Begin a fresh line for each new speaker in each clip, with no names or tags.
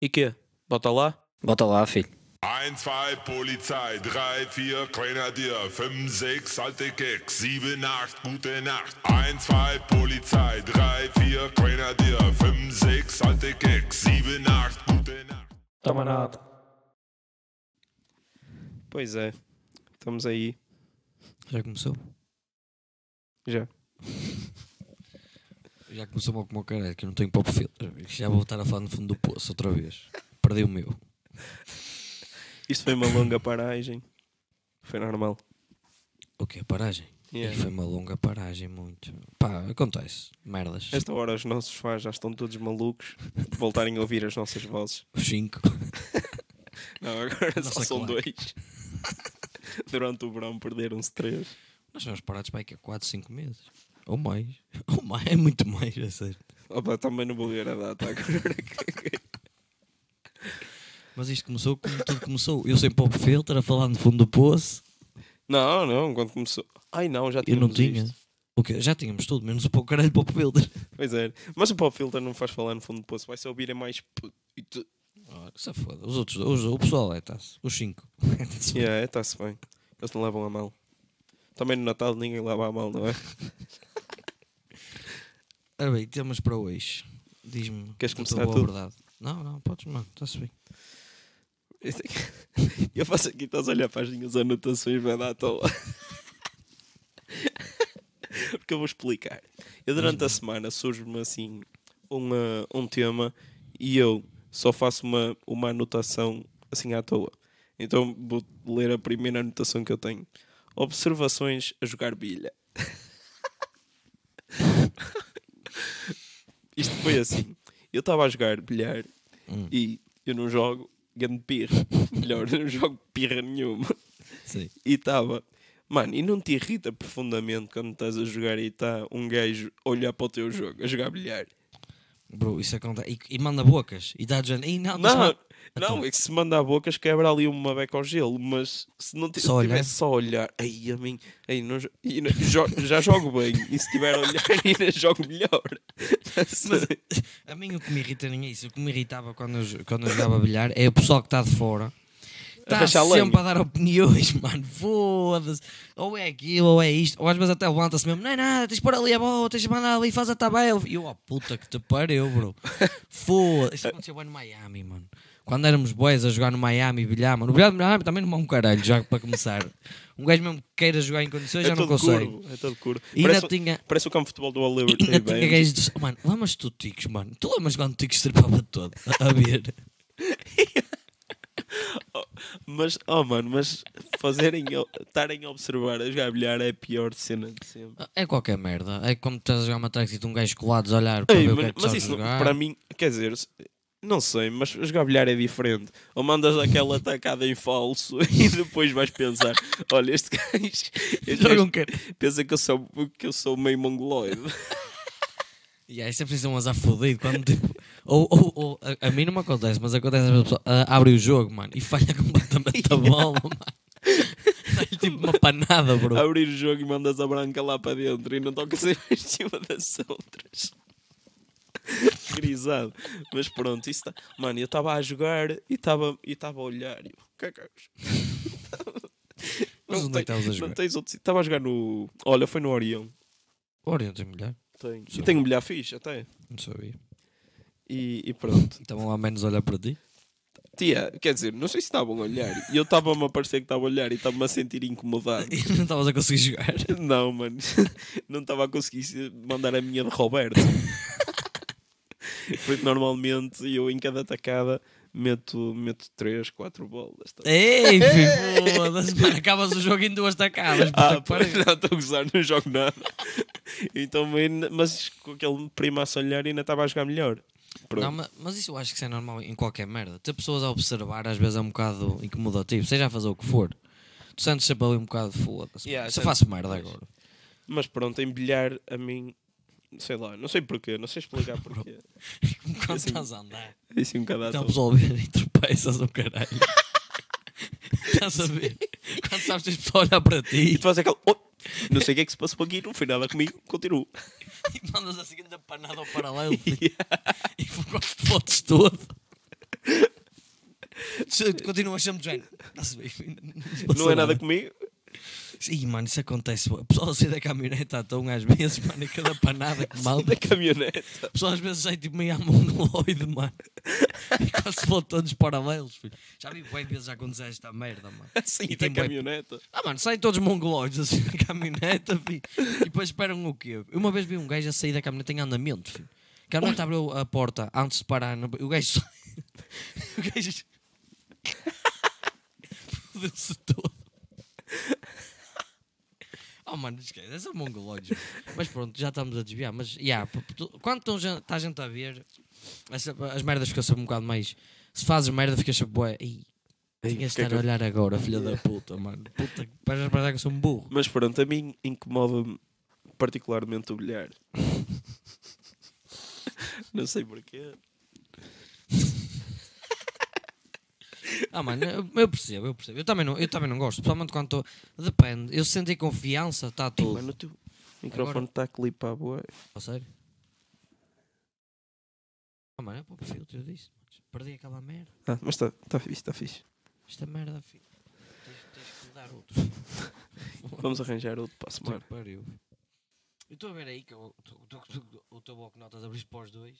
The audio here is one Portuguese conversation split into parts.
E quê? Bota lá?
Bota lá, filho.
1, 2, Polizei, 3, 4, Grenadier, 5, 6, alte Keck, 7, 8, gute Nacht. 1, 2, Polizei, 3, 4, Grenadier, 5, 6, alte Keck, 7, 8, gute Nacht.
Toma nada.
Pois é. Estamos aí.
Já começou?
Já.
Já começou mal como o caralho, que eu não tenho pop filter. Já vou estar a falar no fundo do poço outra vez. Perdi o meu.
Isto foi uma longa paragem. Foi normal.
O que é paragem?
Yeah.
E foi uma longa paragem, muito. Pá, acontece. Merdas.
Esta hora os nossos fãs já estão todos malucos de voltarem a ouvir as nossas vozes.
Os cinco.
Não, agora só
Nossa
são
claque.
dois. Durante o verão perderam-se três.
Nós estamos parados para aqui há 4, 5 meses. Ou mais. Ou mais, é muito mais, é sério.
Opa, também não vou ver a data agora.
Mas isto começou como tudo começou. Eu sem pop filter, a falar no fundo do poço.
Não, não, quando começou. Ai não, já
Eu
tínhamos
não tinha.
isto.
O quê? Já tínhamos tudo, menos o pau caralho pop filter.
Pois é. Mas o pop filter não faz falar no fundo do poço. Vai-se ouvir é mais. p- e tu-
Ah, se foda. Os outros, os- o pessoal é tá-se. Os cinco. Tá-se bem.
Yeah, está-se bem. Eles não levam a mal. Também no Natal ninguém leva a mal, não é?
Ora bem, temas para hoje. Diz-me.
Queres
a tua
começar
boa
tu?
verdade. Não, não, podes, mano, está-se bem.
é Eu faço aqui, estás a olhar para as minhas anotações, vai dar à toa. Porque eu vou explicar. Eu durante a semana surge-me assim uma, um tema e eu só faço uma, uma anotação assim à toa. Então vou ler a primeira anotação que eu tenho. Observações a jogar bilha. Isto foi assim. Eu estava a jogar bilhar
Hum.
e eu não jogo grande pirra. Melhor, eu não jogo pirra nenhuma.
Sim.
E estava. Mano, e não te irrita profundamente quando estás a jogar e está um gajo a olhar para o teu jogo, a jogar bilhar?
Bro, isso é acontece. E, e manda bocas. E dá de género. "Ei, Não, não,
Não,
não.
não, é que se manda a bocas quebra ali uma beca ao gelo, mas se não ti- se
Só olhar?
tivesse só a olhar, aí a mim, aí não, jo- aí não- jo- já jogo bem, e se tiver a olhar, ainda jogo melhor.
A mim o que me irrita nem é isso. O que me irritava quando eu, jo- quando eu jogava bilhar é o pessoal que está de fora. Está
rachar lenha.
sempre a dar opiniões, mano. Foda-se. Ou é aquilo, ou é isto. Ou às vezes até levanta-se mesmo. Não é nada, tens de pôr ali a bola, tens de mandar ali, faz a tabela. E eu, ó puta que te pariu, bro. Foda-se. Isso aconteceu bem no Miami, mano. Quando éramos boys a jogar no Miami, bilhar, mano. O bilhar do Miami também não é um caralho, já para começar. Um gajo mesmo que queira jogar em condições já não consegue.
curvo, é todo curvo.
E
Parece,
ainda tinha,
parece o campo de futebol do
e
Oliver.
ainda
Tree Banks.
tinha gajos de. Mano, lembras-te do Ticos, mano? Tu lembras quando o Ticos trepava todo? A ver.
Mas, oh mano, mas fazerem, estarem a observar a jogar bilhar é a pior cena de sempre.
É qualquer merda. É como estás a jogar uma trax e tu um gajo colados a olhar para
Ei,
ver o
mas,
que é que
mas
sabes
isso não-
jogar.
para mim, quer dizer, se- não sei, mas jogar bilhar é diferente. Ou mandas aquela atacada em falso e depois vais pensar: olha, este gajo, este
Joga
gajo
um cara.
pensa que eu, sou, que eu sou meio mongoloide.
E aí sempre precisa um azar fodido. Quando, tipo, ou, ou, ou- a, a mim não me acontece, mas acontece às vezes a pessoa ah, abre o jogo, mano, e falha completamente a bola, mano. Dá-lhe tipo uma panada, bro.
Abrir o jogo e mandas a branca lá para dentro e não tocas em cima das outras. Grisado. Mas pronto, isso tá... Mano, eu estava a jogar e estava e estava a olhar. E eu, cacacos.
Mas
Não
onde é que
tem-
estavas a
Não
jogar?
tens outro sítio. Estava a jogar no. Olha, foi no Orião.
Oriente, mulher.
Tenho. E
Sim.
tenho um bilhar fixe até.
Não sabia.
E, e pronto.
Estavam lá menos a olhar para ti.
Tia, quer dizer, não sei se estavam a olhar. E eu estava-me a parecer que estava a olhar e estava-me a sentir incomodado.
E não estavas a conseguir jogar.
Não, mano. Não estava a conseguir mandar a minha de Roberto. Porque normalmente eu em cada atacada meto, meto 3, 4 bolas. tá?
Ei, filho, foda-se, mano. Acabas o jogo em duas tacadas.
Ah,
puta que
pô,
pariu.
não estou a gozar, não jogo nada. Então, ainda- mas com aquele primaço a olhar ainda estava a jogar melhor. Pronto.
Não, ma- mas isso eu acho que isso é normal em qualquer merda. Ter pessoas a observar às vezes é um bocado incomodativo, seja a fazer o que for. Tu sentes sempre ali um bocado foda-se.
Yeah,
se eu
sentes-
faço merda agora.
Mas pronto, em bilhar a mim, sei lá, não sei porquê, não sei explicar porquê.
Quando
Assim,
estás a andar,
É assim um bocado à
está a
toa.
pessoa a ver e tropeças ao caralho. estás a ver? Quando sabes que as pessoas olhar para
E
ti
tu fazes aquele. "Oh, não sei o que é que se passou aqui, não foi nada comigo, continuo.
e assim, mandas a seguinte panada ao paralelo filho. e fotos todo. Continua a me de género. Está-se bem.
Não é nada comigo?
Ih, mano, isso acontece. O pessoal sai da caminhonete à tão às vezes, mano, e cada panada que mal.
Da caminhoneta.
O pessoal às vezes sai tipo meio à mongoloide, mano. E quase se vão todos paralelos, filho. Já vi bem vezes já acontecer esta merda, mano.
Sim,
E
da
tem bué-
caminhoneta.
Ah, mano, saem todos mongoloides assim da caminhoneta, filho. E depois esperam o quê? Eu Uma vez vi um gajo a sair da caminhoneta em andamento, filho. A caminhonete abriu a porta antes de parar. no- O gajo sai. O gajo. Fodeu-se todo. Oh, mano, esquece, é só mongoloides. mano. Mas pronto, já estamos a desviar. Mas, yeah, p- p- tu- quando estão gen- está a gente a ver, essa- as merdas ficam sempre um bocado mais. Se fazes merda, ficas sempre bué. Ei,
Ei,
Tinhas de
porque é
estar
que
a
eu-
olhar agora, filha da puta, mano. Puta, para para que eu sou um burro.
Mas pronto, a mim incomoda-me particularmente o bilhar. Não sei porquê.
Ah, mano, eu- eu percebo, eu percebo. Eu também não, eu também não gosto, principalmente quando estou. Depende, eu senti confiança, está
Ei,
tudo.
mano, o teu microfone está a clipar, boa.
A sério? Ah, mano, é para o filtro, eu disse. mas Perdi aquela merda.
Ah, mas está tá fixe, está fixe.
Esta merda, filho. Tens, tens que me dar outro.
Vamos arranjar outro para a
Puta
semana.
que pariu. Eu estou a ver aí que o, o, teu- o, teu- o teu bloco de notas abriste para os dois.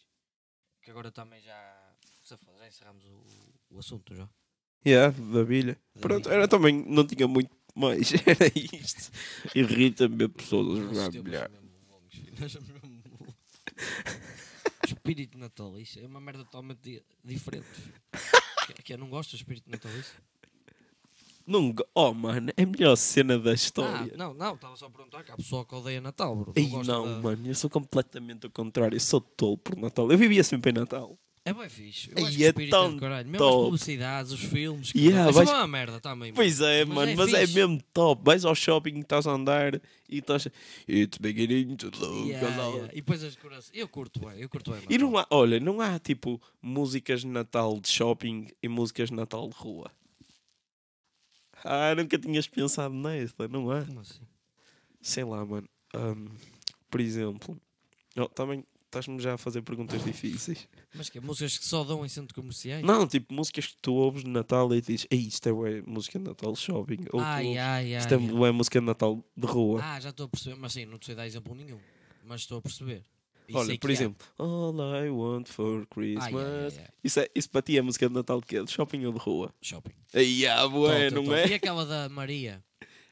Que agora também já. se foda, Já encerramos o, o assunto já.
Yeah, da bilha. Pronto, era também, não tinha muito mais. Era isto. Irrita-me ver pessoas a jogar bilhar.
um Espírito natalício é uma merda totalmente di- diferente. filho. que, que eu não gosto do espírito natalício.
Não, go- oh mano, é a melhor cena da
Ah,
história.
não, não, estava só a perguntar que há pessoa que odeia Natal, bro.
Ei,
gosta
não,
da-
mano, eu sou completamente o contrário. Eu sou tolo por Natal. Eu vivia sempre em Natal.
É bem fixe. Eu
Ei,
acho que
é
o espírito é
tão
do caralho. Mesmo as
top.
publicidades, os filmes. que
Yeah,
Isso é
vais-
uma merda também. mano.
Pois é,
Mas
mano,
é
mas é
fixe.
mesmo top. Vais ao shopping, estás a andar e estás. It's beginning to look
Yeah,
a lot.
yeah. E depois as decorações. Eu curto bem, eu curto bem.
Oh, E
Natal.
não há, olha, não há tipo músicas de Natal de shopping e músicas de Natal de rua. Ah, nunca tinhas pensado nesta, não há?
Como assim?
Sei lá, mano. Ahm, por exemplo, oh, também estás-me já a fazer perguntas difíceis.
Mas que é, músicas que só dão em centro comerciais?
Não, tipo músicas que tu ouves de Natal e dizes, Ei, isto é bué música de Natal de shopping. Ou tu
Ai,
ouves,
ai, ai.
isto é
ai.
bué música de Natal de rua.
Ah, já estou a perceber, mas sim, não te sei dar exemplo nenhum. Mas estou a perceber. E sei
Olha, por
que é. há.
exemplo, All I Want for
Ah,
Christmas.
yeah, yeah, yeah.
Isso, é, isso para ti é música de Natal de quê? De shopping ou de rua?
Shopping.
Ai, ah, bué,
Top, top,
não
top.
é?
E aquela da Maria?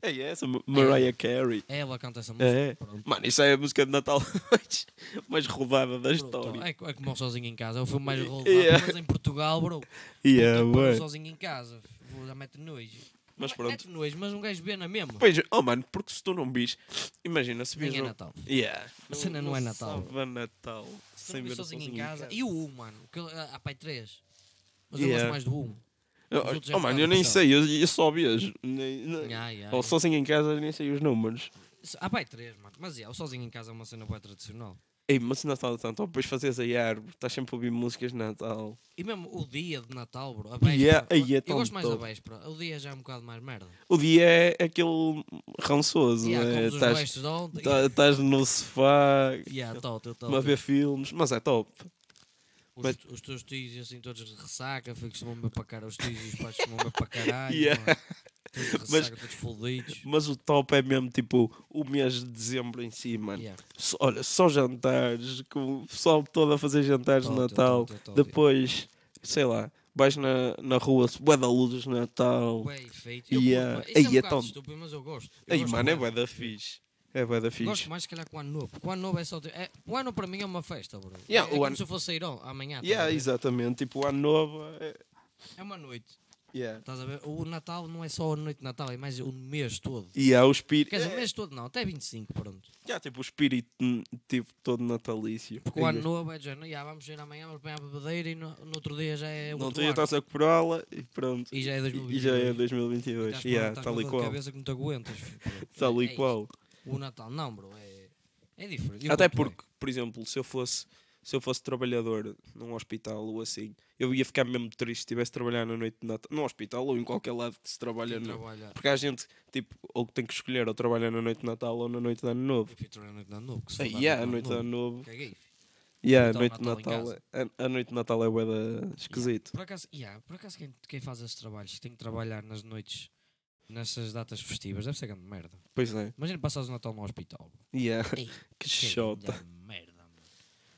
É essa, Ma- Mariah Carey.
Ela canta essa música.
É.
Pronto.
Mano, isso é a música de Natal mais, mais rodada da
Pronto,
história.
É, co- é como o Sozinho em Casa, é o filme mais rolado,
Yeah.
mas em Portugal, bro.
E
Puta,
é,
pô,
bué.
Sozinho em Casa, vou dar mete nojo.
Mas
Mete
pronto.
nojo, mas um gajo vê na mesma.
Pois, oh mano, porque se tu não vis, imagina se vês.
Nem é
um-
Natal.
Yeah.
A cena não é Natal.
Salva Natal.
Se não
Sem
vê
ver
sozinho em
sozinho
casa. E o 1, mano. Que, ah, há pai 3. Mas eu
Yeah.
gosto mais do 1. os outros
Oh,
já
oh mano,
ficaram
eu nem
puxados.
sei, eu, eu só vejo. Nem- nem-
Yeah, yeah,
Ou
yeah.
sozinho em casa, eu nem sei os números.
Há pai 3, mano. Mas é, o Sozinho em Casa é uma cena boa tradicional.
Ei, mas se Natal é tanto, ou depois fazes a árvore, estás sempre a ouvir músicas de Natal.
E mesmo o dia de Natal, bro. A
Yeah,
véspera.
aí é
eu
tão
gosto mais da
top.
véspera. O dia já é um bocado mais merda.
O dia é aquele rançoso.
Yeah,
é,
comes os
estás-
restos de ontem.
tá- estás no sofá,
Yeah, tá, top, top, top.
a ver filmes, mas é top.
Os,
mas-
os teus tios e assim todos de ressaca, foi que costumam ver para cara os tios e os pais costumam ver para caralho.
Yeah.
mano. Todos de
Mas-
ressaca, todos fodidos.
Mas o top é mesmo tipo o mês de dezembro em si, mano.
Yeah.
Só- Olha, só jantares, com o pessoal todo a fazer jantares de
Top,
Natal.
top, top, top, top.
Depois, sei lá, vais na, na rua, bué da luz de Natal.
Bem feito. Eu
Yeah.
curto, bué.
Aí
Isso é
é
um bocado
tão-
estúpido, mas eu gosto. Eu
Ei,
gosto
mano, é
bué.
bué da fixe. É bué da fixe.
Gosto mais, se calhar, com o ano novo. Com o ano novo é só. de- É, o ano para mim é uma festa, bro.
Yeah,
é
o
como
ano-
se eu fosse sair ó, amanhã. estás a
Yeah,
ver?
exatamente. Tipo, o ano novo é...
é uma noite.
Yeah.
Estás a ver? O Natal não é só a noite de Natal, é mais o mês todo.
E há o espírito...
Quer dizer, o
É,
mês todo não, até 25, pronto.
já, tipo, o espírito hum, tipo, todo natalício.
Porque o ano novo é de género, "Ya, vamos sair amanhã, vamos apanhar a bebedeira e no, no outro dia já é outro
Não tinha
ano."
estás tá a corola e pronto.
E já é
E já é
2022.
2022.
Estás
Yeah,
com- estás
tal
tá com
e
dor de
qual.
cabeça que não te aguentas. filho, pronto.
Tal
É
e
isso.
qual.
O Natal não, bro, é, é diferente. Eu
Até
curto bem.
porque, por exemplo, se eu fosse se eu fosse trabalhador num hospital ou assim, eu ia ficar mesmo triste se estivesse a trabalhar na noite de Natal, num hospital ou em qualquer lado que se trabalha. no-
Quem trabalha-
Porque há gente, tipo, ou que tem que escolher ou trabalha na noite de Natal ou na noite de Ano Novo.
Eu fui trabalhar na é noite de ano novo. que é se
Ah,
foda a
yeah, a noite de
de
Ano Novo.
Caguei. filho.
Yeah, a
Natal,
noite de
Natal em
Natal, é- a, a noite de Natal é boeda esquisito.
Por acaso, yeah, por acaso quem, quem faz esses trabalhos tem que trabalhar nas noites, nessas datas festivas, deve ser grande merda.
Pois é.
Imagina passares o Natal no hospital.
Yeah.
Ei,
Que
que
chota.
grande merda, mano.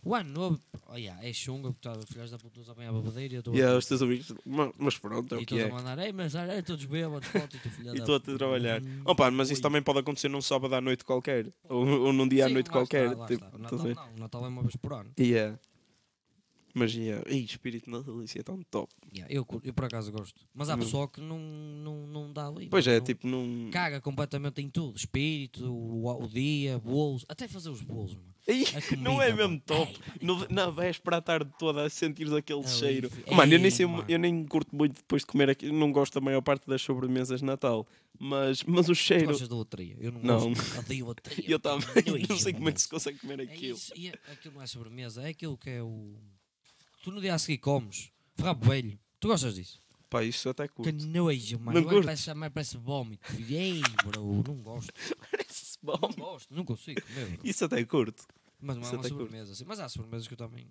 O ano novo, oh, yeah, é chunga, porque tá, filhos da puta nos apanha a babadeira e eu estou
Yeah, os teus amigos. ma- Mas pronto, é
e
o
estou
que
a
é.
mandar, ei, mas olha, todos bêbados, foto e tu filha
E
da
estou a te
puta."
trabalhar.
Hum,
Opa, mas isso
ui.
também pode acontecer num sábado à noite qualquer. Ou, ou num dia à
Sim,
noite
lá está,
qualquer.
lá
tipo,
está. O
estás a ver?
Natal não, o Natal é uma vez por ano.
Yeah. Mas yeah. Ei, espírito natalício é tão top.
Yeah, eu, cur- eu por acaso gosto. Mas há
Não.
pessoal que não, não, não dá ali.
Hum. Pois
não-
é,
não-
tipo, num.
Caga completamente em tudo. Espírito, o, o dia, bolos. Até fazer os bolos, mano.
Ei,
A
não é
comida,
mesmo
mano.
top. No- na véspera à tarde toda a sentires aquele
Ali,
cheiro.
fi-
Mano, eu
É ei,
nem, sei-
mano.
eu nem curto muito depois de comer aqui. Não gosto da maior parte das sobremesas de Natal. Mas, mas o
Tu
cheiro.
gostas da loteria? Eu não,
Não.
gosto. Odeio loteria.
Eu também não
Nojo,
sei como é que se
mano.
consegue comer
É
aquilo.
isso, e é- aquilo não é sobremesa, é aquilo que é o. Tu no dia a seguir comes. Ferrabo velho. Tu gostas disso?
Pá, isso até curto.
Que nojo, mano.
Não
Agora
curtes?
parece, mas parece vómito. Ei, bro, não gosto.
Parece
Não
bom.
gosto, não consigo comer. bro.
Isso até curto.
Mas não é
Isso
uma
até curto.
sobremesa. Assim. Mas há sobremesas que eu também.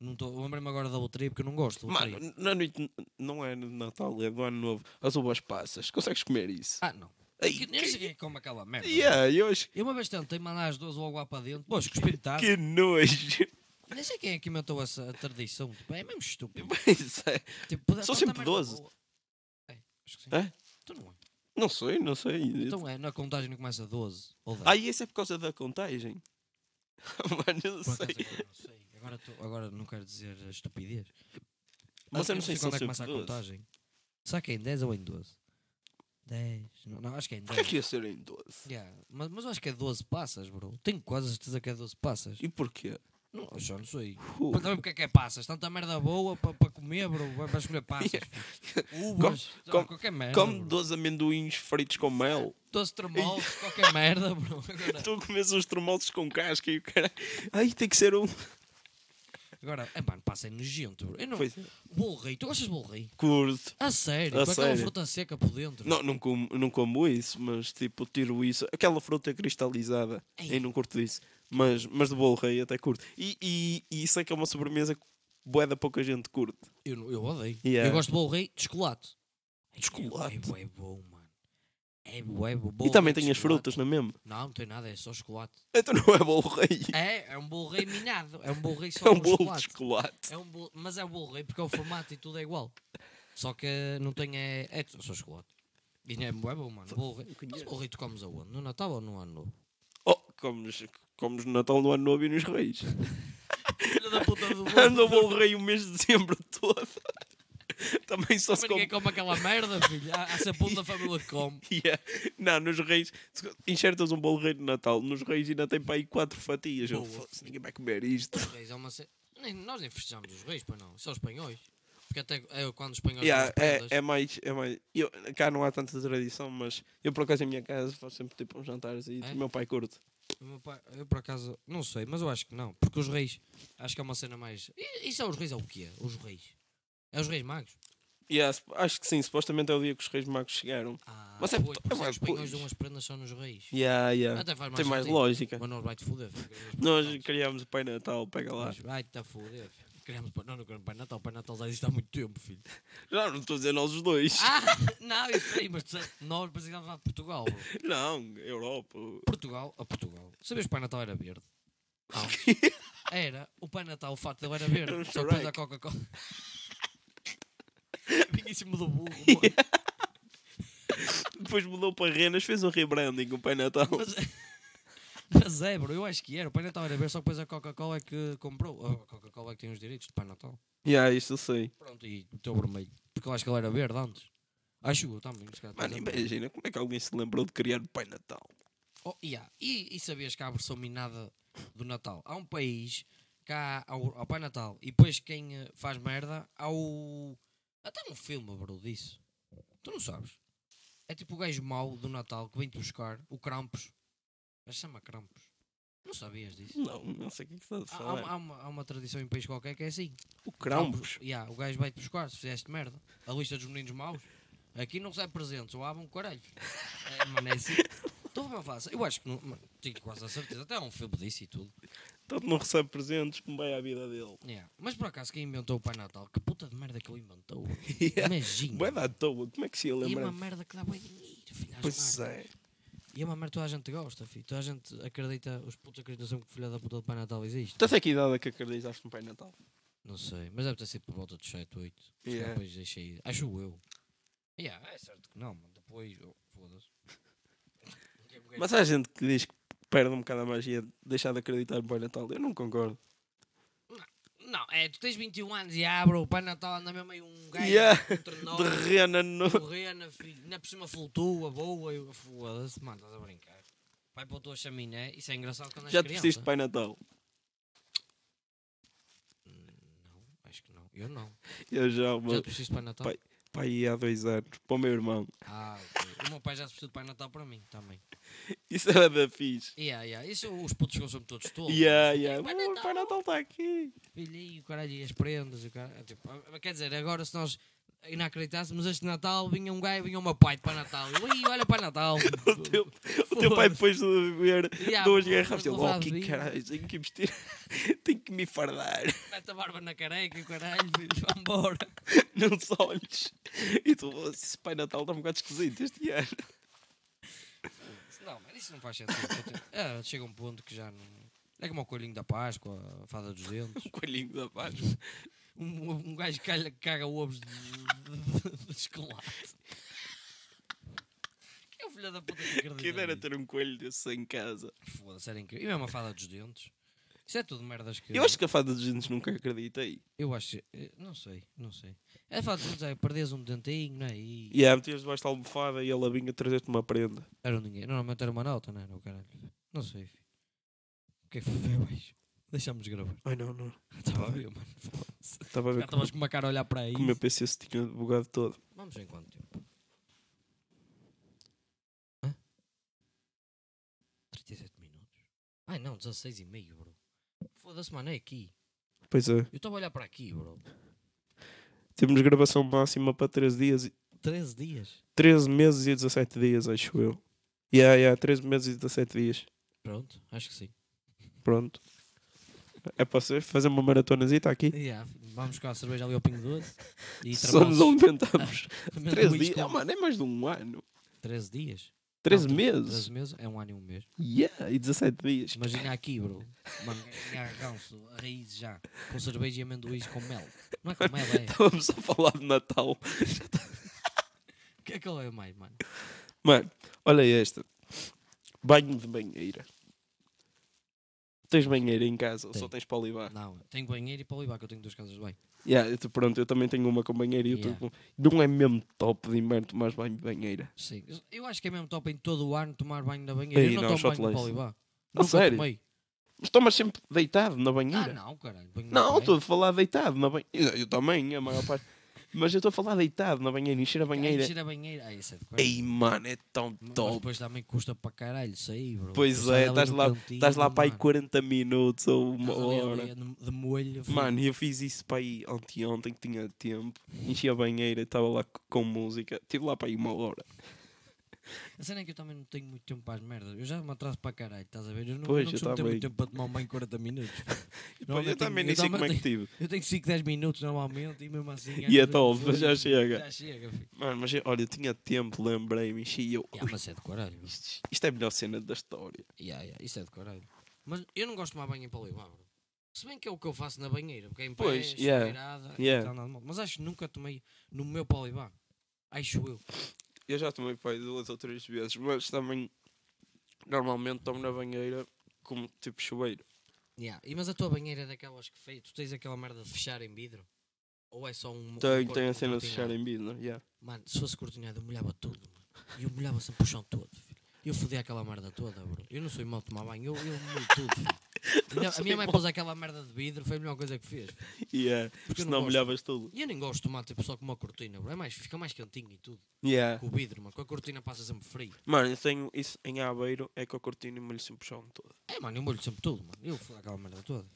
Não tô... Lembrei-me agora da loteria porque eu não gosto. de loteria.
Mano, na noite não é de Natal, é do ano novo. As uvas passas, consegues comer isso?
Ah, não.
Ai,
Que- Nem
que- é.
sei quem é que come aquela merda.
Yeah, eu acho
Eu uma vez tentei mandar as duas logo lá para dentro. Pois, que espetado.
que nojo.
Nem sei quem é que inventou essa tradição. Tipo, é mesmo estúpido.
Pois é.
Tipo, poder-
São
tanta
sempre
merda
12.
boa. É, acho que sim.
É?
Então não é.
Não sei, não sei.
Então é, na contagem não começa 12 ou 10.
Ah, e isso é por causa da contagem? Mano, eu não
Por acaso
sei.
agora não sei. Agora, tô- agora não quero dizer estupidez.
Mas eu não sei se são
quando é que
sempre
começa a
12.
contagem. Será que é em 10 ou em 12? 10. Não, não, acho que é em
Porquê
10.
que ia ser em 12?
Yeah, Mas, mas eu acho que é 12 passas, bro. Tenho quase a certeza que é 12 passas.
E porquê?
Não, eu já não sei.
Pô.
Mas também porque é que é passas? Tanta merda boa para comer, bro. Vai vai escolher passas. Uvas, sei lá,
come-
qualquer merda.
Come
bro.
12 amendoins fritos com mel.
Doce tremolos, qualquer merda, bro. Agora,
Tu comes uns tremolos com casca e o cara. Ai, tem que ser um.
agora é pá, não passa é nojento, bro. Eu não...
Pois é.
Bolo rei, tu gostas de bolo rei?
Curto.
A sério, é
A
com aquela
sério.
fruta seca por dentro.
Não, não como, não como isso, mas tipo, tiro isso. Aquela fruta cristalizada.
Ei.
Ei, não curto isso. Mas, mas do bolo rei até curto. E, e, e isso é que é uma sobremesa que bué da pouca gente curte.
Eu, não- eu odeio.
Yeah.
Eu gosto de bolo rei de chocolate.
De chocolate?
É, bué bom, mano. É bué bom.
e
Bolo
também
rei de
tem as
chocolate.
frutas, não é mesmo?
Não, não tem nada, é só chocolate.
Então não é bolo rei.
É, é um bolo rei minado. É um bolo rei só
É um
com
bolo de
chocolate.
chocolate.
É um bolo, mas é um bolo rei porque é o formato e tudo é igual. Só que não tem. É, é só chocolate. E não é bué bom, mano. Bolo rei. Mas bolo rei tu comes aonde? No Natal ou no Ano Novo?
Oh, comes, comes no Natal, no Ano Novo e nos Reis.
Filha da puta do bolo.
Anda o bolo rei o mês de dezembro todo. também só
Mas
se
ninguém
come.
é come aquela merda, filho. Há, há sempre um da família que come.
Yeah. Não, nos reis, se enxertas um bolo rei de Natal, nos reis ainda tem para aí quatro fatias. Eu,
Boa.
"Foda-se, ninguém vai comer isto.
Os reis é uma. ce- Nem, nós nem festejamos os reis, pois não. São os espanhóis. Porque até eu, quando os espanhóis.
Yeah,
dão as prendas-
é, é mais. É mais eu, cá não há tanta tradição, mas eu por acaso em minha casa faço sempre tipo um jantar e
É?
o meu pai curte.
O meu pai- eu por acaso não sei, mas eu acho que não. Porque os reis, acho que é uma cena mais. I- Isso é os reis, é o quê? Os reis. É os reis magos.
Yeah, sup- acho que sim, supostamente é o dia que os reis magos chegaram.
Ah,
Mas é
pois,
puto-
por isso
é
que os espanhóis
depois.
dão as prendas só nos reis.
Yeah, yeah.
Até faz mais
Tem mais
sentido.
lógica.
Mas nós vai-te foder. filho, queremos os
Nós
Pai Natal.
criámos o Pai Natal, pega lá.
Nós Vai-te a foder. filho. Queremos. Pai- Não, não queremos Pai Natal. Pai Natal já existe há muito tempo, filho.
Não, não estou a dizer nós os dois.
Ah, não, eu sei, mas tu- nós precisamos falar de Portugal. bro.
Não, Europa.
Portugal, a Portugal. Sabias que o Pai Natal era verde? Não. Era. O Pai Natal, o facto dele era
Era um
verde. Só depois
Shrek.
a Coca-Cola. Vinha em cima do burro, mano.
Depois mudou para Renas, fez um rebranding com o Pai Natal.
Mas, é- mas é, bro, eu acho que era. O Pai Natal era verde, só depois a Coca-Cola é que comprou. A Coca-Cola é que tem os direitos do Pai Natal.
Yeah, isto eu sei.
Pronto, e meteu vermelho. Porque eu acho que ele era verde antes. Acho eu também. se calhar
Mano,
estou a dizer.
imagina como é que alguém se lembrou de criar o Pai Natal.
Oh, yeah. e, e sabias que há a versão minada do Natal? Há um país que há ao, ao Pai Natal e depois quem eh, faz merda há o. Até um filme, bro, disso. Tu não sabes. É tipo o gajo mau do Natal que vem-te buscar, o Krampus. Mas chama Krampus. Não sabias disso?
Não, não sei o que é que estás a
Há, há uma,
falar.
há uma- há uma tradição em um país qualquer que é assim.
O Krampus.
Yeah, o gajo vai-te buscar se fizeste merda. A lista dos meninos maus. Aqui não sai presentes, ou abre um caralho. É, mano, é assim. Então não faça. Eu acho que não, mano, tenho quase a certeza. Até há um filme disso e tudo.
Então não recebe presentes, como vai a vida dele.
Yeah. Mas por acaso quem inventou o Pai Natal? Que puta de merda que ele inventou.
Yeah.
Imagina.
Bué da toa, como é que se ia
E é
lembrar?
uma merda que dá bem dinheiro, filho, às
Pois
marcas.
é.
E é uma merda que toda a gente gosta, filho. Toda a gente acredita, os putos acreditam sempre que o filho da puta do Pai Natal existe.
Tu até que idade é que acreditaste no Pai Natal?
Não sei, mas deve ter sido por volta dos 7, 8.
Yeah.
Depois deixei ir. Acho eu. Yeah, é certo que não, mano. Depois, oh, foda-se.
Mas há gente que diz que perde um bocado a magia de deixar de acreditar no Pai Natal. Eu não concordo.
Não, é, tu tens 21 anos e abro, o Pai Natal anda mesmo aí um gajo
Yeah.
entre nós,
De rena no...
correr na, fi- na por cima flutua, boa, eu foda-se, mano, estás a brincar. Vai para a tua chaminé, isso é engraçado quando és
Já te
criança.
vestiste de Pai Natal?
Não, acho que não. Eu não.
Eu já,
Já
uma...
te vestiste de Pai Natal?
Pai- pai, há dois anos, para o meu irmão.
Ah, ok. O meu pai já se vestiu de Pai Natal para mim também.
Isso era da fixe.
Yeah, yeah. Isso os putos consomem todos todos.
Yeah, yeah.
Pai
O Pai Natal está aqui.
filhinho, caralho, e as prendas, e o cara- tipo, ah, quer dizer, agora se nós ainda acreditássemos este Natal, vinha um gajo, vinha o meu pai de Pai Natal, eu, "Ih, olha para Natal,
O teu, o teu pai depois de ver
Yeah,
duas
porque
guerras, ele,
não
oh,
sabe
que
vir."
caralho, tenho que vestir, tenho que me fardar,
mete a barba na careca, e o caralho, filho, vambora.
nos olhos. E tu, "Oh, esse Pai Natal está um bocado esquisito este ano.
Não, mas isso não faz sentido. eu te- É, chega um ponto que já não... É como o coelhinho da Páscoa, a fada dos dentes.
O coelhinho da paz.
Um, um gajo calha, caga ovos de, de, de, de chocolate. Que é o filho da puta que acredita
Quem dera
nisso?
ter um coelho desse em casa.
Foda-se, era incrível. E mesmo a fada dos dentes. Isso é tudo merdas que.
Eu acho que a fada dos dentes nunca acreditei.
Eu acho. eh, Não sei, não sei. A fada dos dentes é perdes um dentinho, não é? E
E yeah, metias debaixo da almofada e ela vinha trazer-te uma prenda.
era um dinheiro. Normalmente era uma nota, não era? O caralho. Não sei. filho. O que é que foi abaixo? Deixámos de gravar.
Ai não, não.
Estava a ver, mano. Foda-se.
Estava a
Já
ver como,
estavas com uma cara a olhar para aí.
como o meu PC se tinha bugado todo.
Vamos em quanto tempo? Hã? 37 minutos? Ai não, 16 e meio, bro. Foda-se, mano, é aqui.
Pois é.
Eu estava a olhar para aqui, bro.
Temos gravação máxima para 13 dias
13 dias.
13 meses e 17 dias, acho eu. Yeah, yeah, 13 meses e 17 dias.
Pronto, acho que sim.
Pronto. É para ser fazer uma maratonazita aqui.
Yeah, vamos buscar a cerveja ali ao Pingo Doce e
Só nos aumentamos.
trabalhos-
13
amendoins
dias.
com-
Ah, mano, é mais de um ano.
13 dias?
13
Não,
meses.
13 meses é um ano e um mês.
Yeah, e 17 dias.
Imagina aqui, bro. Mano, ganhar ranço, a raiz já. Com cerveja e amendoins com mel. Não é com mel, é.
Estávamos a falar de Natal.
O que é que ele é mais, mano?
Mano, olha esta. Banho de banheira. Tens banheira em casa ou só
Tenho.
tens para olivar?
Não, tenho banheiro e para libar, que eu tenho duas casas de banho.
Yeah, eu te- pronto, eu também tenho uma com banheira e eu tô
Yeah.
com- não é mesmo top de inverno tomar banho de banheira.
Sim. Eu acho que é mesmo top em todo o ano tomar banho na banheira.
Ei, não,
eu não, tomo
shot
banho
lace.
para libar.
A sério?
tomei.
Mas tomas sempre deitado na
Ah,
banheira.
não, caralho. banho na
Não, é.
banheira.
estou a falar deitado na banheira. Eu também, a maior parte. Mas eu estou a falar deitado na banheira, encher a banheira.
Encher a banheira. Ah, isso é de coisa.
Ei, mano, é tão
Mas
top.
depois também custa para caralho sair, bro.
Pois
Passar
é,
ali
estás
no
lá,
cantinho,
estás lá para aí
mano.
40 minutos ou uma
Estás ali,
hora.
ali, no- De molho. filho.
Mano, eu fiz isso para aí anteontem que tinha tempo. Enchi a banheira, estava lá c- com música. Estive lá para aí uma hora.
A cena é que eu também não tenho muito tempo para as merdas. Eu já me atraso para caralho, estás a ver? Eu não,
Pois, eu
eu não costumo ter
também.
muito tempo para tomar um banho 40 minutos. filho.
Pois, eu
Normalmente
também
tenho-
nem sei como é que
normalmente
tive.
tenho- Eu tenho 5, 10 minutos normalmente e mesmo assim.
E é
às
top,
vezes,
já chega.
Já chega, filho.
Mano, mas eu- olha, eu tinha tempo, lembrei-me, enchi e eu.
Ya, mas é de caralho.
Isto, isto é a melhor cena da história.
Ya, ya, isso é de caralho. Mas eu não gosto de tomar banho em Palibá, bro. Se bem que é o que eu faço na banheira, porque é em pé,
Pois,
pois,
yeah, yeah.
Mas acho que nunca tomei no meu Palibá. Acho eu.
Eu já tomei pai duas ou três vezes, mas também normalmente tomo na banheira como tipo chuveiro.
Ya, E, mas a tua banheira é daquelas que feio, tu tens aquela merda de fechar em vidro? Ou é só um. um
Tenho,
corpo
tenho a cena de
cortinado?
fechar em vidro, yeah.
Mano, se fosse cortinado, eu molhava tudo, mano. E eu molhava sempre o chão todo, filho. Eu fodia aquela merda toda, bro. Eu não sou mal de tomar banho, eu, eu molho tudo, filho. A minha- A minha mãe pôs aquela merda de vidro, foi a melhor coisa que fez. filho.
Yeah.
Porque eu
Senão
não gosto.
molhavas tudo.
E eu nem gosto de tomar tipo só com uma cortina, bro. É mais, fica mais quentinho e tudo.
Yeah.
Com o vidro, mano. Com a cortina passa sempre frio.
Mano, eu tenho isso em Aveiro, é que eu cortina e molho sempre o chão todo.
É, mano, eu molho sempre tudo, mano. Eu fodo aquela merda toda.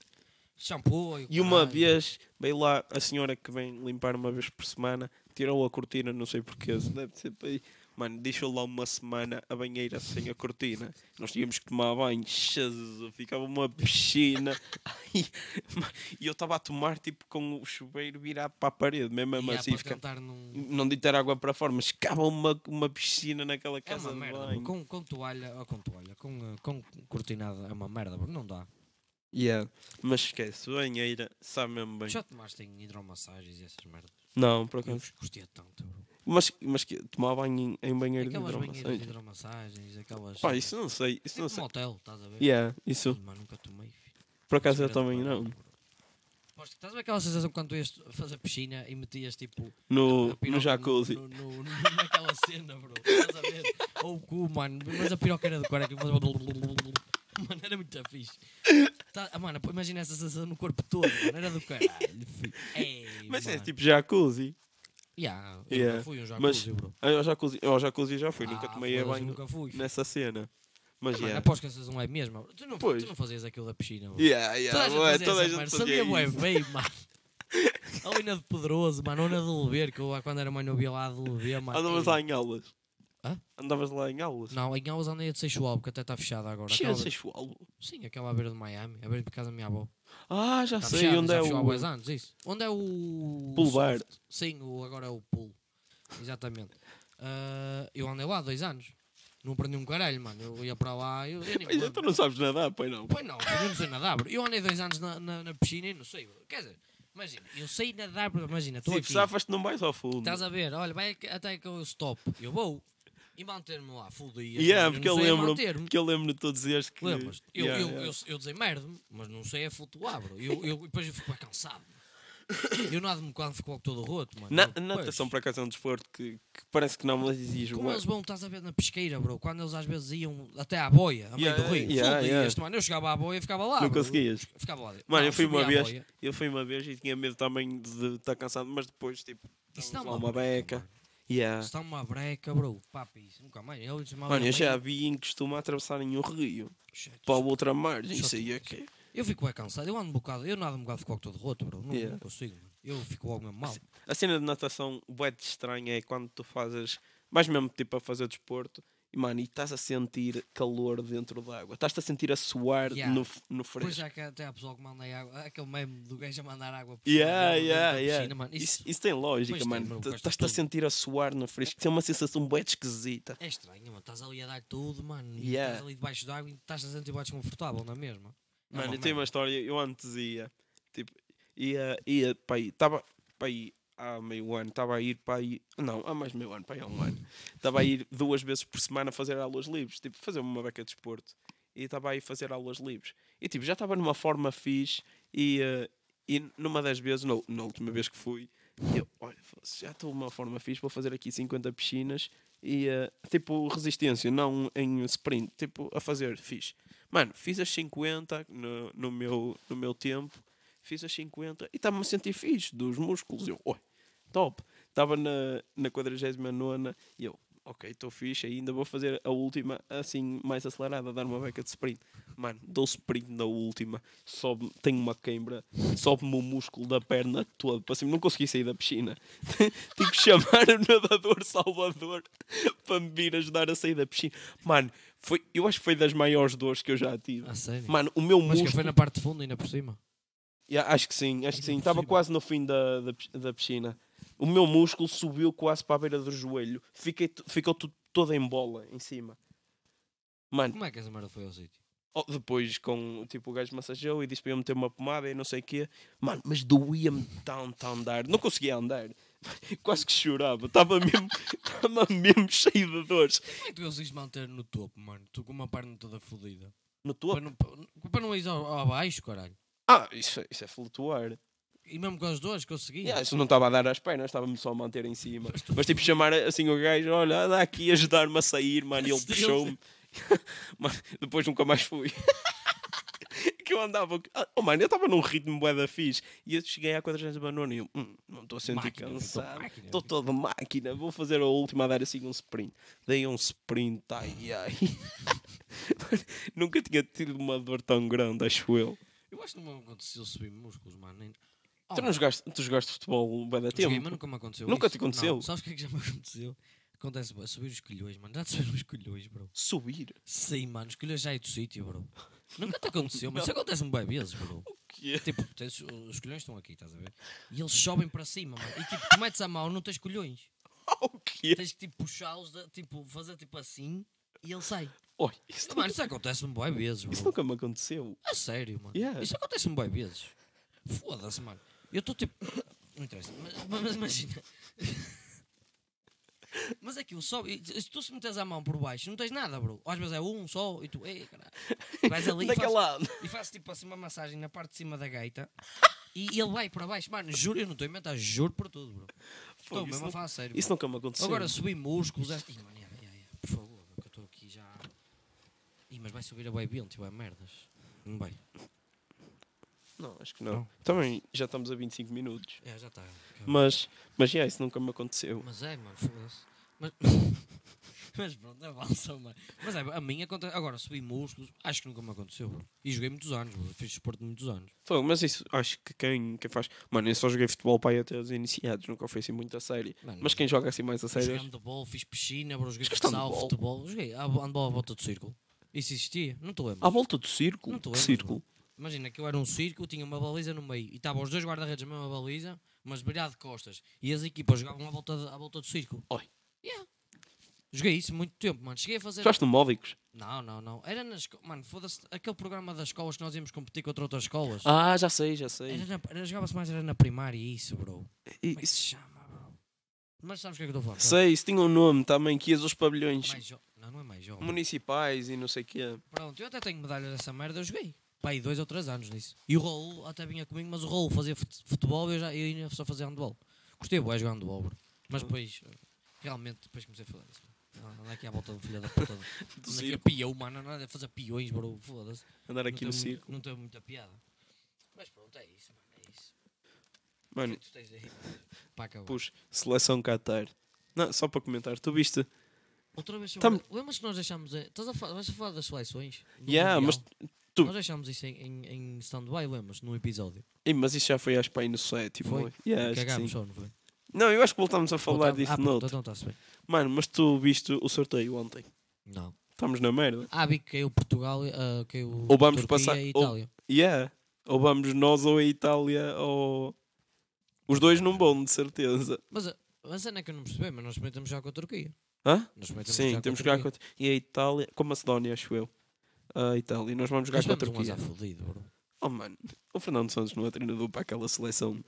Shampoo o
E uma
caralho. é
vez, veio lá a senhora que vem limpar uma vez por semana, tirou a cortina, não sei porquê, deve ser para aí Mano, deixou lá uma semana a banheira sem a cortina. Nós tínhamos que tomar banho. Jesus, ficava uma piscina. Ai, mano, E eu estava a tomar tipo com o chuveiro virado para a parede, mesmo
E é, tá. há
assim.
para
Fica...
tentar num-
Não deitar água para fora, mas ficava uma, uma piscina naquela
É
casa
uma
de
merda, bro.
banho.
com, com toalha, ou com toalha, com, eh, com cortinada é uma merda, bro. não dá.
Yeah. Mas esquece, banheira, sabe mesmo bem.
Já tomaste em hidromassagens e essas merdas.
Não, por
Eu
acaso.
gostei tanto, bro.
Mas, mas que, tomar banho em, em banheiro de
Aquelas banheiras de
hidromassagem.
hidromassagens, aquelas.
Pá, isso não sei, isso
tipo
não
um
sei.
motel, estás a ver?
Yeah, isso.
Mas nunca tomei, filho.
Por acaso eu
Segredo
também
para
não.
nada, bro. Aposto que Estás a ver aquela sensação quando tu ias fazer piscina e metias tipo.
No,
a piroca
no jacuzzi.
No, no- no- naquela cena, bro. Estás a ver? Ou o cu, mano. Mas a piroca era do cara que fazia. Mano, era muito fixe. Tá, ah, mano, pô, imagina essa sensação no corpo todo, mano. Era do caralho. filho. Ei,
Mas é
mano.
tipo jacuzzi.
Yeah, eu
Yeah.
nunca fui um
Mas
jacuzzi, bro.
ah, ao jacuzzi, ao jacuzzi já fui, nunca
Ah,
tomei a
foda-se,
banho
Nunca fui. filho.
nessa cena. Mas
Mano,
yeah.
aposto que a sensação é a mesma. bro. Tu não,
Pois.
tu não fazias aquilo da piscina, bro.
Yeah, yeah,
Toda a gente
bué, toda a gente
merda.
fazia
Sabia bué
isso.
bem, mano. Ali na de Pedroso, mano, ou na de Lever, que eu lá quando era mais novo ia lá de Lever, mano.
Andavas Ah,
Ei.
lá em aulas.
Hã?
Andavas lá em aulas.
Não, em Aulas andei a de Seixual, porque até está fechada agora.
Tinha
Aquela-
sexual.
Sim, aquela à beira de Miami, à beira de casa da minha avó.
Ah, já
Está
sei
fechada,
onde
Tá já
é
fechou há bués
o.
anos, isso. Onde é o...
Pool bar.
Sim, o, agora é o pool. Exatamente. Ah, eu andei lá dois anos. Não aprendi um caralho, mano. Eu ia para lá, eu, eu nem me
Mas
lembro.
tu então não sabes nadar, pois não.
Pois não, eu não sei nadar, bro. Eu andei dois anos na, na, na piscina e não sei, bro. Quer dizer, imagina, eu sei nadar, bro. imagina, estou
Tipo,
aqui.
safas-te não vais ao fundo.
Estás a ver, olha, vai que- até que eu stop. Eu vou e manter-me lá, full dia.
Yeah,
mano,
porque
eu
eu
não sei
lembro
manter-me.
porque eu lembro de tu dizeres que.
Lembras? Eu,
Yeah,
eu,
yeah.
eu, eu desenmerdo-me, mas não sei a flutuar, bro. Eu, eu, depois eu fico bem cansado. Eu nado-me quando fico logo todo roto, mano.
Na,
Eu,
natação,
pois,
por acaso, é um desporto que, que parece que não me exige
Como
bué.
eles vão, estás a ver na pesqueira, bro. Quando eles às vezes iam até à boia, a meio
Yeah,
do rio,
yeah,
full
yeah.
dias, mano. Eu chegava à boia e ficava lá.
Não
bro.
conseguias?
Ficava lá.
Mano,
Não,
eu fui
subia
uma
à
vez,
boia.
eu fui uma vez e tinha medo também de estar cansado, mas depois, tipo,
Isso
dá
dá
uma,
uma
uma
breca,
beca. Yeah.
Se está uma breca, bro. Papi, isso nunca mais. Eu disse,
Mano, eu já vi em que costuma atravessar em um rio para a outra margem. Isso
tipo
aí é que.
Eu fico bem cansado. Eu ando um bocado. Eu nada um bocado fico logo todo roto, bro. Não,
Yeah.
não consigo, mano. Eu fico logo mesmo mal.
A cena de natação, bué de estranha, é quando tu fazes, mais mesmo tipo a fazer desporto, e mano, e estás a sentir calor dentro da água. Estás-te a sentir a suar
Yeah.
no, no fresco.
Depois já que até há pessoal que manda aí água. Aquele meme do gajo a mandar água por
Yeah,
cima,
yeah,
da
yeah.
piscina, mano.
Isso,
Isso,
isso tem lógica,
Pois tem,
mano.
bro,
Tu-
gosto de
Estás-te a
tudo.
sentir a suar no fresco. Isso é uma sensação bem esquisita.
é estranho, mano. Estás ali a dar tudo, mano. E
Yeah.
Estás ali debaixo d'água e estás a sentir bem desconfortável, não é mesmo? É
Mano,
uma
eu tenho uma
merda.
história. Eu antes ia, tipo, ia, ia para aí, estava para aí há meio ano, estava a ir para aí, não, há mais meio ano, para aí há um ano, estava a ir duas vezes por semana fazer aulas livres, tipo, fazer uma beca de desporto. E estava aí fazer aulas livres. E tipo, já estava numa forma fixe e, eh, e numa das vezes, na, na última vez que fui, eu, olha, foda-se, já estou numa forma fixe, vou fazer aqui 50 piscinas e eh, tipo resistência, não em sprint, tipo a fazer fixe. Mano, fiz as 50 no, no, meu, no meu tempo, fiz as 50 e estava-me a sentir fixe dos músculos. Eu, oi, top. Estava na, na 49 e eu, ok, estou fixe, ainda vou fazer a última assim mais acelerada, dar uma beca de sprint. Mano, dou sprint na última, sobe, tenho uma queimbra, sobe-me o músculo da perna todo para cima, não consegui sair da piscina. Tive que chamar o nadador salvador para me vir ajudar a sair da piscina. Mano, foi, eu acho que foi das maiores dores que eu já tive.
A sério?
Mano, o meu
Mas que
músculo.
foi na parte de fundo, ainda por cima.
Ya, acho que sim, acho que sim. Estava
Impossível.
quase no fim da, da, pis- da piscina. O meu músculo subiu quase para a beira do joelho. Fiquei, t- ficou tudo toda em bola em cima. Mano,
Como é que essa merda foi ao sítio?
oh, depois com tipo, o gajo massageou e disse para eu meter uma pomada e não sei o quê. Mano, mas doía-me tanto a andar. Não conseguia andar. Quase que chorava. Estava mesmo, estava mesmo cheio de dores.
Como é que tu consegues manter no topo, mano? Tu com uma perna toda fodida.
No
Para
topo.
não, para para não é ir ao, ao abaixo, caralho.
Ah, isso, é- isso é flutuar.
E mesmo com as duas conseguia.
Yeah, isso não estava a dar às pernas, estava-me só a manter em cima. Mas tipo, chamar assim o gajo, olha, anda aqui ajudar-me a sair, mano, e ele
Deus.
puxou-me. Mano, depois nunca mais fui. que eu andava. Ah, Oh, mano, eu estava num ritmo boeda fixe. E eu cheguei à 40 banana e eu, hum, não estou a sentir
Máquina, eu tô
cansado.
máquina.
Estou todo máquina, vou fazer a última a dar assim um sprint. Dei um sprint, ai ai. Mano, nunca tinha tido uma dor tão grande, acho eu.
Eu acho que não me aconteceu subir músculos, mano. Nem... Oh,
Então Tu não jogaste, tu jogaste futebol bem da
joguei,
tempo?
mas nunca me aconteceu
Nunca
isso.
te aconteceu?
Não, sabes o que é que já me aconteceu? acontece, bro, subir os colhões, mano. Já te subiram os colhões, bro.
Subir?
Sim, mano, os colhões já é do sítio, bro. Nunca te aconteceu, mas isso acontece-me bem vezes, bro.
quê?
Tipo, tens- os colhões estão aqui, estás a ver? E eles sobem para cima, mano. E tipo, tu metes a mão, não tens colhões.
O quê?
Tens que tipo puxá-los, da- tipo, fazer tipo assim e ele sai.
Oi, isso,
Mano, isso acontece-me bem vezes,
isso
bro.
nunca me aconteceu.
A sério, mano.
Yeah.
Isso acontece-me bem vezes. Foda-se, mano. Eu estou tipo. Não interessa, mas, mas imagina. Mas aquilo só. e Se tu se metes a mão por baixo, não tens nada, bro. Às vezes é um só e tu. Ei, caralho. Vais ali
é
e fazes,
Naquela.
e fazes tipo assim uma massagem na parte de cima da gaita e ele vai para baixo. Mano, juro, eu não estou a inventar, juro por tudo, bro. Estou
Fogo,
mesmo a
isso,
falar a sério.
não, isso nunca me aconteceu.
Agora subi músculos. esta- Ih, mano, ia, ia, ia, por favor, que eu estou aqui já. Ih, mas vai subir a Webbuild, vai é merdas. Não vai.
Não, acho que não. Também já estamos a 25 minutos.
É, já está.
Mas, mas já, isso nunca me aconteceu.
Mas é, mano, foda-se. Mas... mas pronto, avança, mano. Mas é, a minha conta. Agora, subi músculos, acho que nunca me aconteceu, bro. E joguei muitos anos, bro. Fiz desporto muitos anos.
Fogo, mas isso acho que quem, quem faz. Mano, eu só joguei futebol para aí até os iniciados, nunca foi assim muito a sério.
Mano,
Mas quem joga assim mais a
Joguei
sério.
handball, fiz piscina, bro. Joguei
Jogaste
futsal,
handball?
futebol. Joguei ah, handball à volta do círculo. Isso existia? Não te lembro.
À volta do círculo?
Não te
Que
lembro.
círculo?
Imagina que eu era um circo, tinha uma baliza no meio e estavam os dois guarda-redes na mesma baliza, mas virado de costas. E as equipas jogavam à volta, de- à volta do circo.
Oi.
Yeah. Joguei isso muito tempo, mano. Cheguei a fazer.
Jogaste no Módicos?
Não, não, não. Era nas. esco- Mano, foda-se. Aquele programa das escolas que nós íamos competir contra outras escolas.
Ah, já sei, já sei.
Era na- era- Jogava-se mais, era na primária isso, bro.
E-
Como é que se
isso-
chama, bro? Mas sabes o que é que eu estou a falar?
sei, isso tinha um nome também, que ias aos pavilhões
Mais jo- Não, não é mais jovem.
municipais e não sei o quê.
Pronto, eu até tenho medalha dessa merda, eu joguei. Pai, dois ou três anos nisso. E o Raul até vinha comigo, mas o Raul fazia fut- futebol e eu, já, eu ainda só fazia handball. Gostei bué de jogar handball, bro. Mas depois, realmente, depois comecei a falar isso. Andar aqui à volta do filho da puta. Andar aqui a
circo.
pião, mano. Nada a fazer peões, bro. Foda-se.
Andar aqui
é?
no
não tem mu-
circo.
Não tenho muita piada. Mas pronto, é isso, mano. É isso.
Mano,
Tu tens aí. Pá, acabar.
pus seleção Qatar. Não, só para comentar, tu viste?
Outra vez,
Tam-
lembras que nós deixámos. a- Estás a falar, vais a falar das seleções? do
Yeah, mas,
Mundial?
tu-
Nós deixámos isso em, em, em stand-by, lembras? Num episódio.
Ei, mas isso já foi às pai no sétimo.
Foi?
não é? Yeah, acho que
Cagámos
sim.
só, não foi?
Não, eu acho que voltámos a falar
Voltava-
disso
ah,
no
pronto,
outro.
Então está-se bem.
Mano, mas tu viste o sorteio ontem.
Não.
Estamos na merda.
Ah, vi que caiu Portugal, ah, caiu
Ou vamos
Turquia
passar-
e
ou-
Itália.
Yeah. Ou vamos nós ou a Itália ou. Os dois não vão, de certeza.
Mas a, a cena é que eu não percebi, mas nós também estamos já com a Turquia.
Hã?
Nós também estamos
Sim,
já
temos que
com a
jogar
Turquia.
contra. E a Itália. Com a Macedónia, acho eu. A Itália. Nós vamos jogar
Nós
com a
tivemos um
Turquia.
azar fodido, bro.
Oh, mano. O Fernando Santos não é treinador para aquela seleção.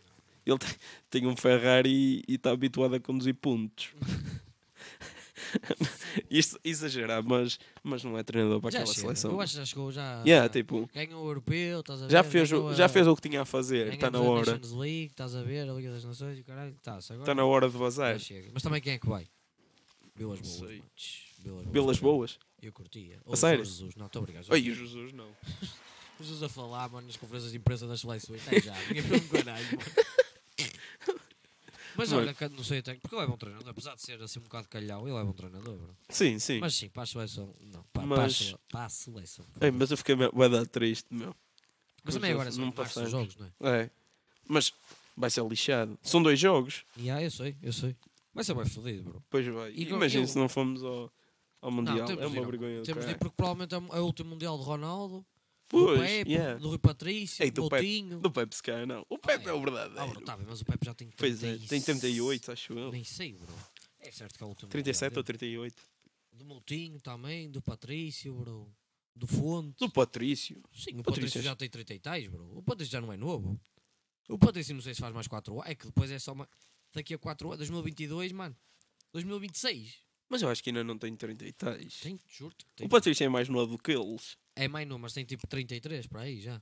Ele tem, tem um Ferrari e está habituado a conduzir pontos. Isto exagerar, mas, mas não é treinador para
Já
aquela
chega.
seleção.
Eu acho que já chegou, já...
Yeah,
já-
tipo,
Ganhou o Europeu, estás a ver?
já fez,
ganhou
o,
a-
já fez o que tinha a fazer.
ganhamos
Está tá na
a
hora.
Nations League, estás a ver, a Liga das Nações e o caralho. Tá-se agora.
Está na hora de vazar.
já chega. Mas também quem é que vai? Belas boas,
sei.
mano. Tch, Belas boas.
Pelas boas.
Eu curtia. Oh,
A sério?
Jesus, não, estou obrigado.
Ai, o Jesus não.
Jesus a falar, mano, nas conferências de imprensa das seleções. Está já, ninguém viu um caralho, mano. Mas
Mano.
olha, que não sei até. Porque ele é bom treinador, apesar de ser assim um bocado calhau, ele é bom treinador, bro.
Sim, sim. Mas,
Mas sim, para a seleção. Não, para, para, a,
Mas-
sele- para a seleção.
Ei, mas eu fiquei vai dar triste, meu.
Mas também agora são
não
mais
passamos.
os jogos, não é?
É. Mas vai ser lixado. São dois jogos.
E ah, eu sei, eu sei. Vai ser bem fodido, bro.
Pois vai.
E com-
Imagina
eu-
se não fomos ao, ao Mundial.
temos
é
de ir
uma
ao-
vergonha. do
Temos de ir
caralho.
porque provavelmente é o- é o último mundial de Ronaldo, do
Pois,
Pepe,
yeah.
do Rui Patrício,
Ei,
do
do Pepe,
Coutinho.
do Pepe se calhar não. O Pepe
Ah,
é o
Ah, bro,
verdadeiro.
tá bem, mas o Pepe já tem 38.
pois é, tem 38, acho eu.
Nem sei, bro. É certo que é o último. mundial
37
dele.
ou 38.
Do Moutinho também, do Patrício, bro. Do Fonte.
Do Patrício.
Sim,
Patrício
o Patrício já tem 30 e tais, bro. O Patrício já não é novo. O Patrício não sei se faz mais 4 anos. É que depois é só uma... daqui a 4 anos. 2022, mano. 2026.
Mas eu acho que ainda não tem 30 e tais.
Tem, juro-te. que tem.
O Patrício é mais novo do que eles.
É mais novo, mas tem tipo 33 para aí já.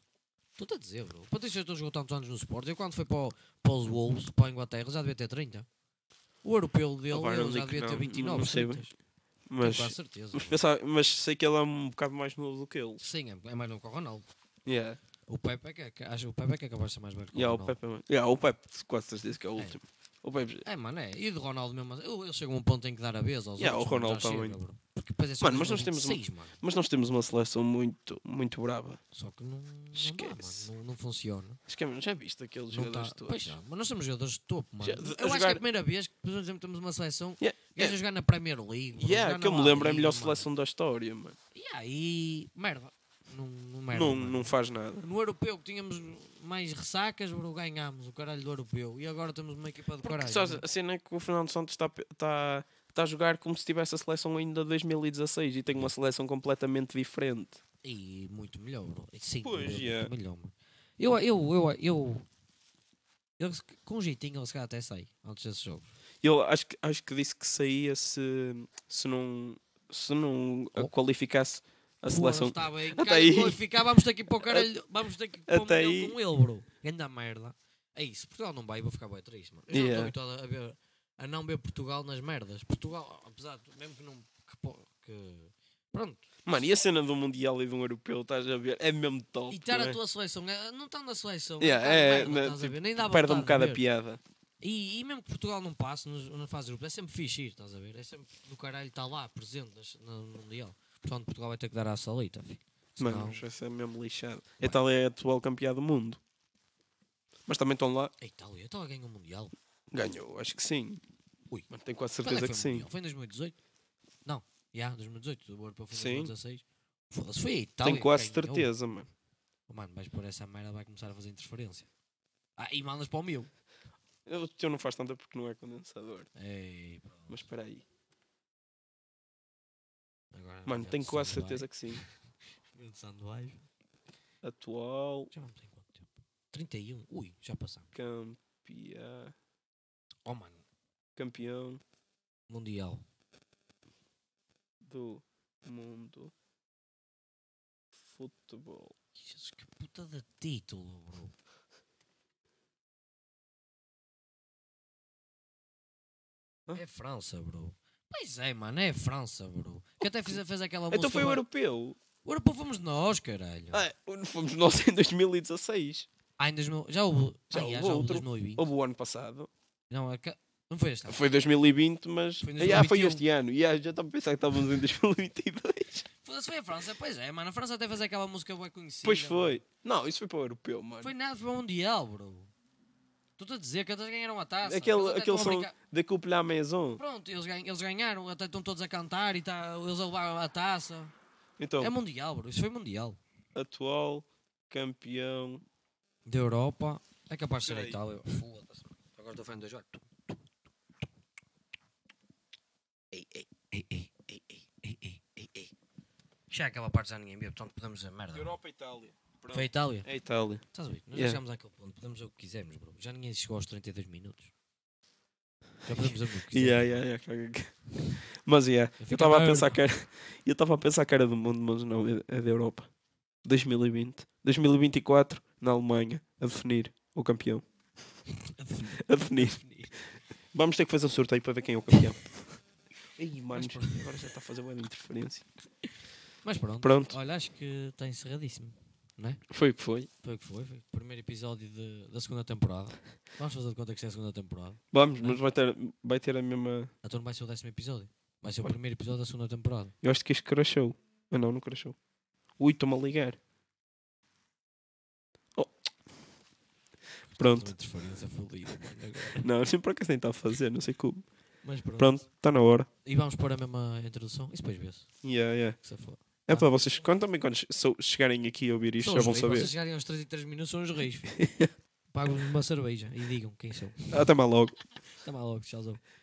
Estou-te a dizer, bro. O Patrício já jogou tantos anos no Sport. Eu quando foi para, o- para os Wolves, para a Inglaterra, já devia ter 30. O europeu dele,
Ah, pá, não
ele já
digo que
devia ter
não,
29.
não sei
30.
bem. Mas,
Tenho quase certeza.
mas,
bro.
pensava- mas sei que ele é um bocado mais novo do que eles.
Sim, é é mais novo que o Ronaldo.
Yeah.
O Pepe é que, acho, o Pepe é que acabou de ser mais velho que o
Yeah, o
Ronaldo.
Pepe, é mais- yeah, o Pepe, quase certeza que é o
É.
último. O Pepe,
É, mano, é. E do Ronaldo mesmo. Eu, eu chego a um ponto em que dar a vez aos
Yeah,
outros.
o
mano,
Ronaldo
já
também.
chega, bro. Porque Depois é só
Mano, mas nós
26,
temos uma-
mano.
Mas nós temos uma seleção muito, muito brava.
Só que não, não dá, mano.
Esquece.
Não, não funciona.
Acho que é mesmo, já viste aqueles
Não
jogadores
tá-
todos?
Pois não, mas nós somos jogadores de topo, mano.
Já-
eu
a
acho que é a
jogar-
primeira vez que, por exemplo, temos uma seleção.
Yeah,
Gajo a
yeah.
jogar na Premier League. bro,
Yeah,
jogar
que eu
na
me
La
lembro é a
Liga,
melhor
mano.
seleção da história, mano.
Yeah, e merda. Não, É, não merda.
Não,
mano.
não faz nada.
No europeu que tínhamos mais ressacas, bro, ganhámos o caralho do europeu. E agora temos uma equipa de
Porque
caralho.
só
mano.
a cena é que o Fernando Santos está está- está tá a jogar como se tivesse a seleção ainda de 2016 e tem uma seleção completamente diferente.
E muito melhor, bro. Sim,
Pois,
muito
yeah.
melhor, mano. Eu, eu, eu, eu, eu se- com um jeitinho, ele se calhar até sai antes desse jogo.
Ele acho que, acho que disse que saía se, se não, se não a
Oh.
qualificasse a seleção.
Está bem,
Até
até
aí.
aí. Ficar, vamos ter que ir para o caralho, vamos ter que ir para o
Até
Mundial
aí.
com ele, bro. Ganda merda. É isso, Portugal não vai, vou ficar bem triste, mano. Eu já
Yeah.
não estou habituado a, ver, a não ver Portugal nas merdas. Portugal, apesar de, mesmo que não. Que, po- que- pronto.
Mano, e a cena do Mundial e do Europeu, estás a ver? É mesmo top.
E estar
não
a
é?
tua seleção, eh, não estão na seleção.
Yeah,
tá de
é,
merda,
né,
estás a
tipo,
ver? Nem dá
Perde um
vontade de
bocado a
ver.
piada.
E, e mesmo que Portugal não passe nos, na fase de grupo, é sempre fixe ir, estás a ver? É sempre do caralho estar lá, presente nas- no Mundial. Portanto, Portugal vai ter que dar à salita, filho. Senão-
Mano, isso é mesmo lixado. A Itália é a atual campeã do mundo. Mas também estão lá.
A Itália, a Itália ganhou o Mundial.
Ganhou, acho que sim.
Ui.
Mas tenho quase
Quando é
certeza que
foi o
sim.
Mundial? Foi em 2018? Não, já, 2018. O Europeu foi em
Sim.
2016. Foda-se, foi a Itália.
Tenho quase
que ganhou.
certeza, mano.
Oh, mano, mas por essa merda vai começar a fazer interferência. Ah, e mandas para o meu.
O teu não faz tanta porque não é condensador.
Ei, pá,
Mas espera aí.
agora
Mano,
é
tenho
de
quase
Sandoval.
certeza que sim.
É de Sandoval.
Atual
Já vamos em quanto tempo? 31. Ui, já passamos.
campeã,
Oh, mano,
campeão
Mundial.
do mundo futebol.
Jesus, que puta de título, bro.
Hã?
É França, bro. Pois é, mano, é França, bro. Que até fez, fez aquela música.
então foi o
agora-
europeu.
Agora pô, fomos nós, caralho.
Ah, fomos nós em 2016.
Ah, em 2000. Já houve.
Já
ah,
houve
já houve
outro.
2020.
Houve o ano passado.
Não, é que- não foi esta.
Foi 2020, mas.
Foi em
Ah, foi
2021.
este ano. Yeah, já estava a pensar que estávamos em 2022.
Foda-se, foi a França. Pois é, mano. A França até fez aquela música bem conhecida.
Pois
mano.
foi. Não, isso foi para o europeu, mano.
é? Foi nada, foi o Mundial, bro. Estou-te a dizer que eles ganharam a taça. Eles
Aquele, aquele
até é estão a
som
brincar-
da Coupe La Maison.
Pronto, eles, gan- eles ganharam, até estão todos a cantar e tá, eles a levar a taça.
Então,
É mundial, bro. Isso foi mundial.
atual campeão.
Da Europa. É capaz de ser a
Peraí.
Itália. Foda-se. Agora estou fazendo dois jogos. Ei, ei, ei, ei, ei, ei, ei, ei, ei, ei. Já aquela parte já ninguém vê, portanto podemos dizer merda. bro.
Itália.
Foi a Itália.
É Itália.
Estás a ver? Nós
Yeah.
já chegámos àquele ponto. Podemos dizer o que quisermos, bro. Já ninguém chegou aos 32 minutos. Já podemos dizer o que quisermos.
Yeah, yeah, yeah, caga, caga. Mas yeah, eu
fico
estava a
na
pensar que era. Eu estava a pensar que era do mundo, mas não, é é da Europa. 2020. 2024, na Alemanha, a definir o campeão. a definir. Vamos ter que fazer um sorteio para ver quem é o campeão. Ih, mano,
Mas pronto.
agora já está a fazer uma interferência.
Mas pronto.
Pronto.
Olha, acho que está encerradíssimo.
Foi o que foi.
Foi o que foi, foi o primeiro episódio de- da segunda temporada. Vamos fazer de conta que isto é a segunda temporada.
Vamos, mas vai ter, vai ter a mesma.
Então não vai ser o décimo episódio. Vai ser o
Olha.
primeiro episódio da segunda temporada.
Eu acho que isto crashou. Ah não, não crashou. Ui, estou-me a ligar. Oh. Pronto.
Uma interferência fodida, é mano, agora.
Não, sempre por acaso nem está a fazer, não sei como.
Mas pronto.
Pronto, está na hora.
E vamos pôr a mesma introdução. Isso depois vê-se.
Yeah, yeah.
que se for.
É para vocês, quando também quando che- so- chegarem aqui a ouvir isto,
São
já
os
vão
reis.
saber.
Vocês chegarem aos 33 minutos são os reis. filho. Pago-vos uma cerveja e digam quem são.
Até mais Ah, tá logo.
Até mais logo, tchauzão.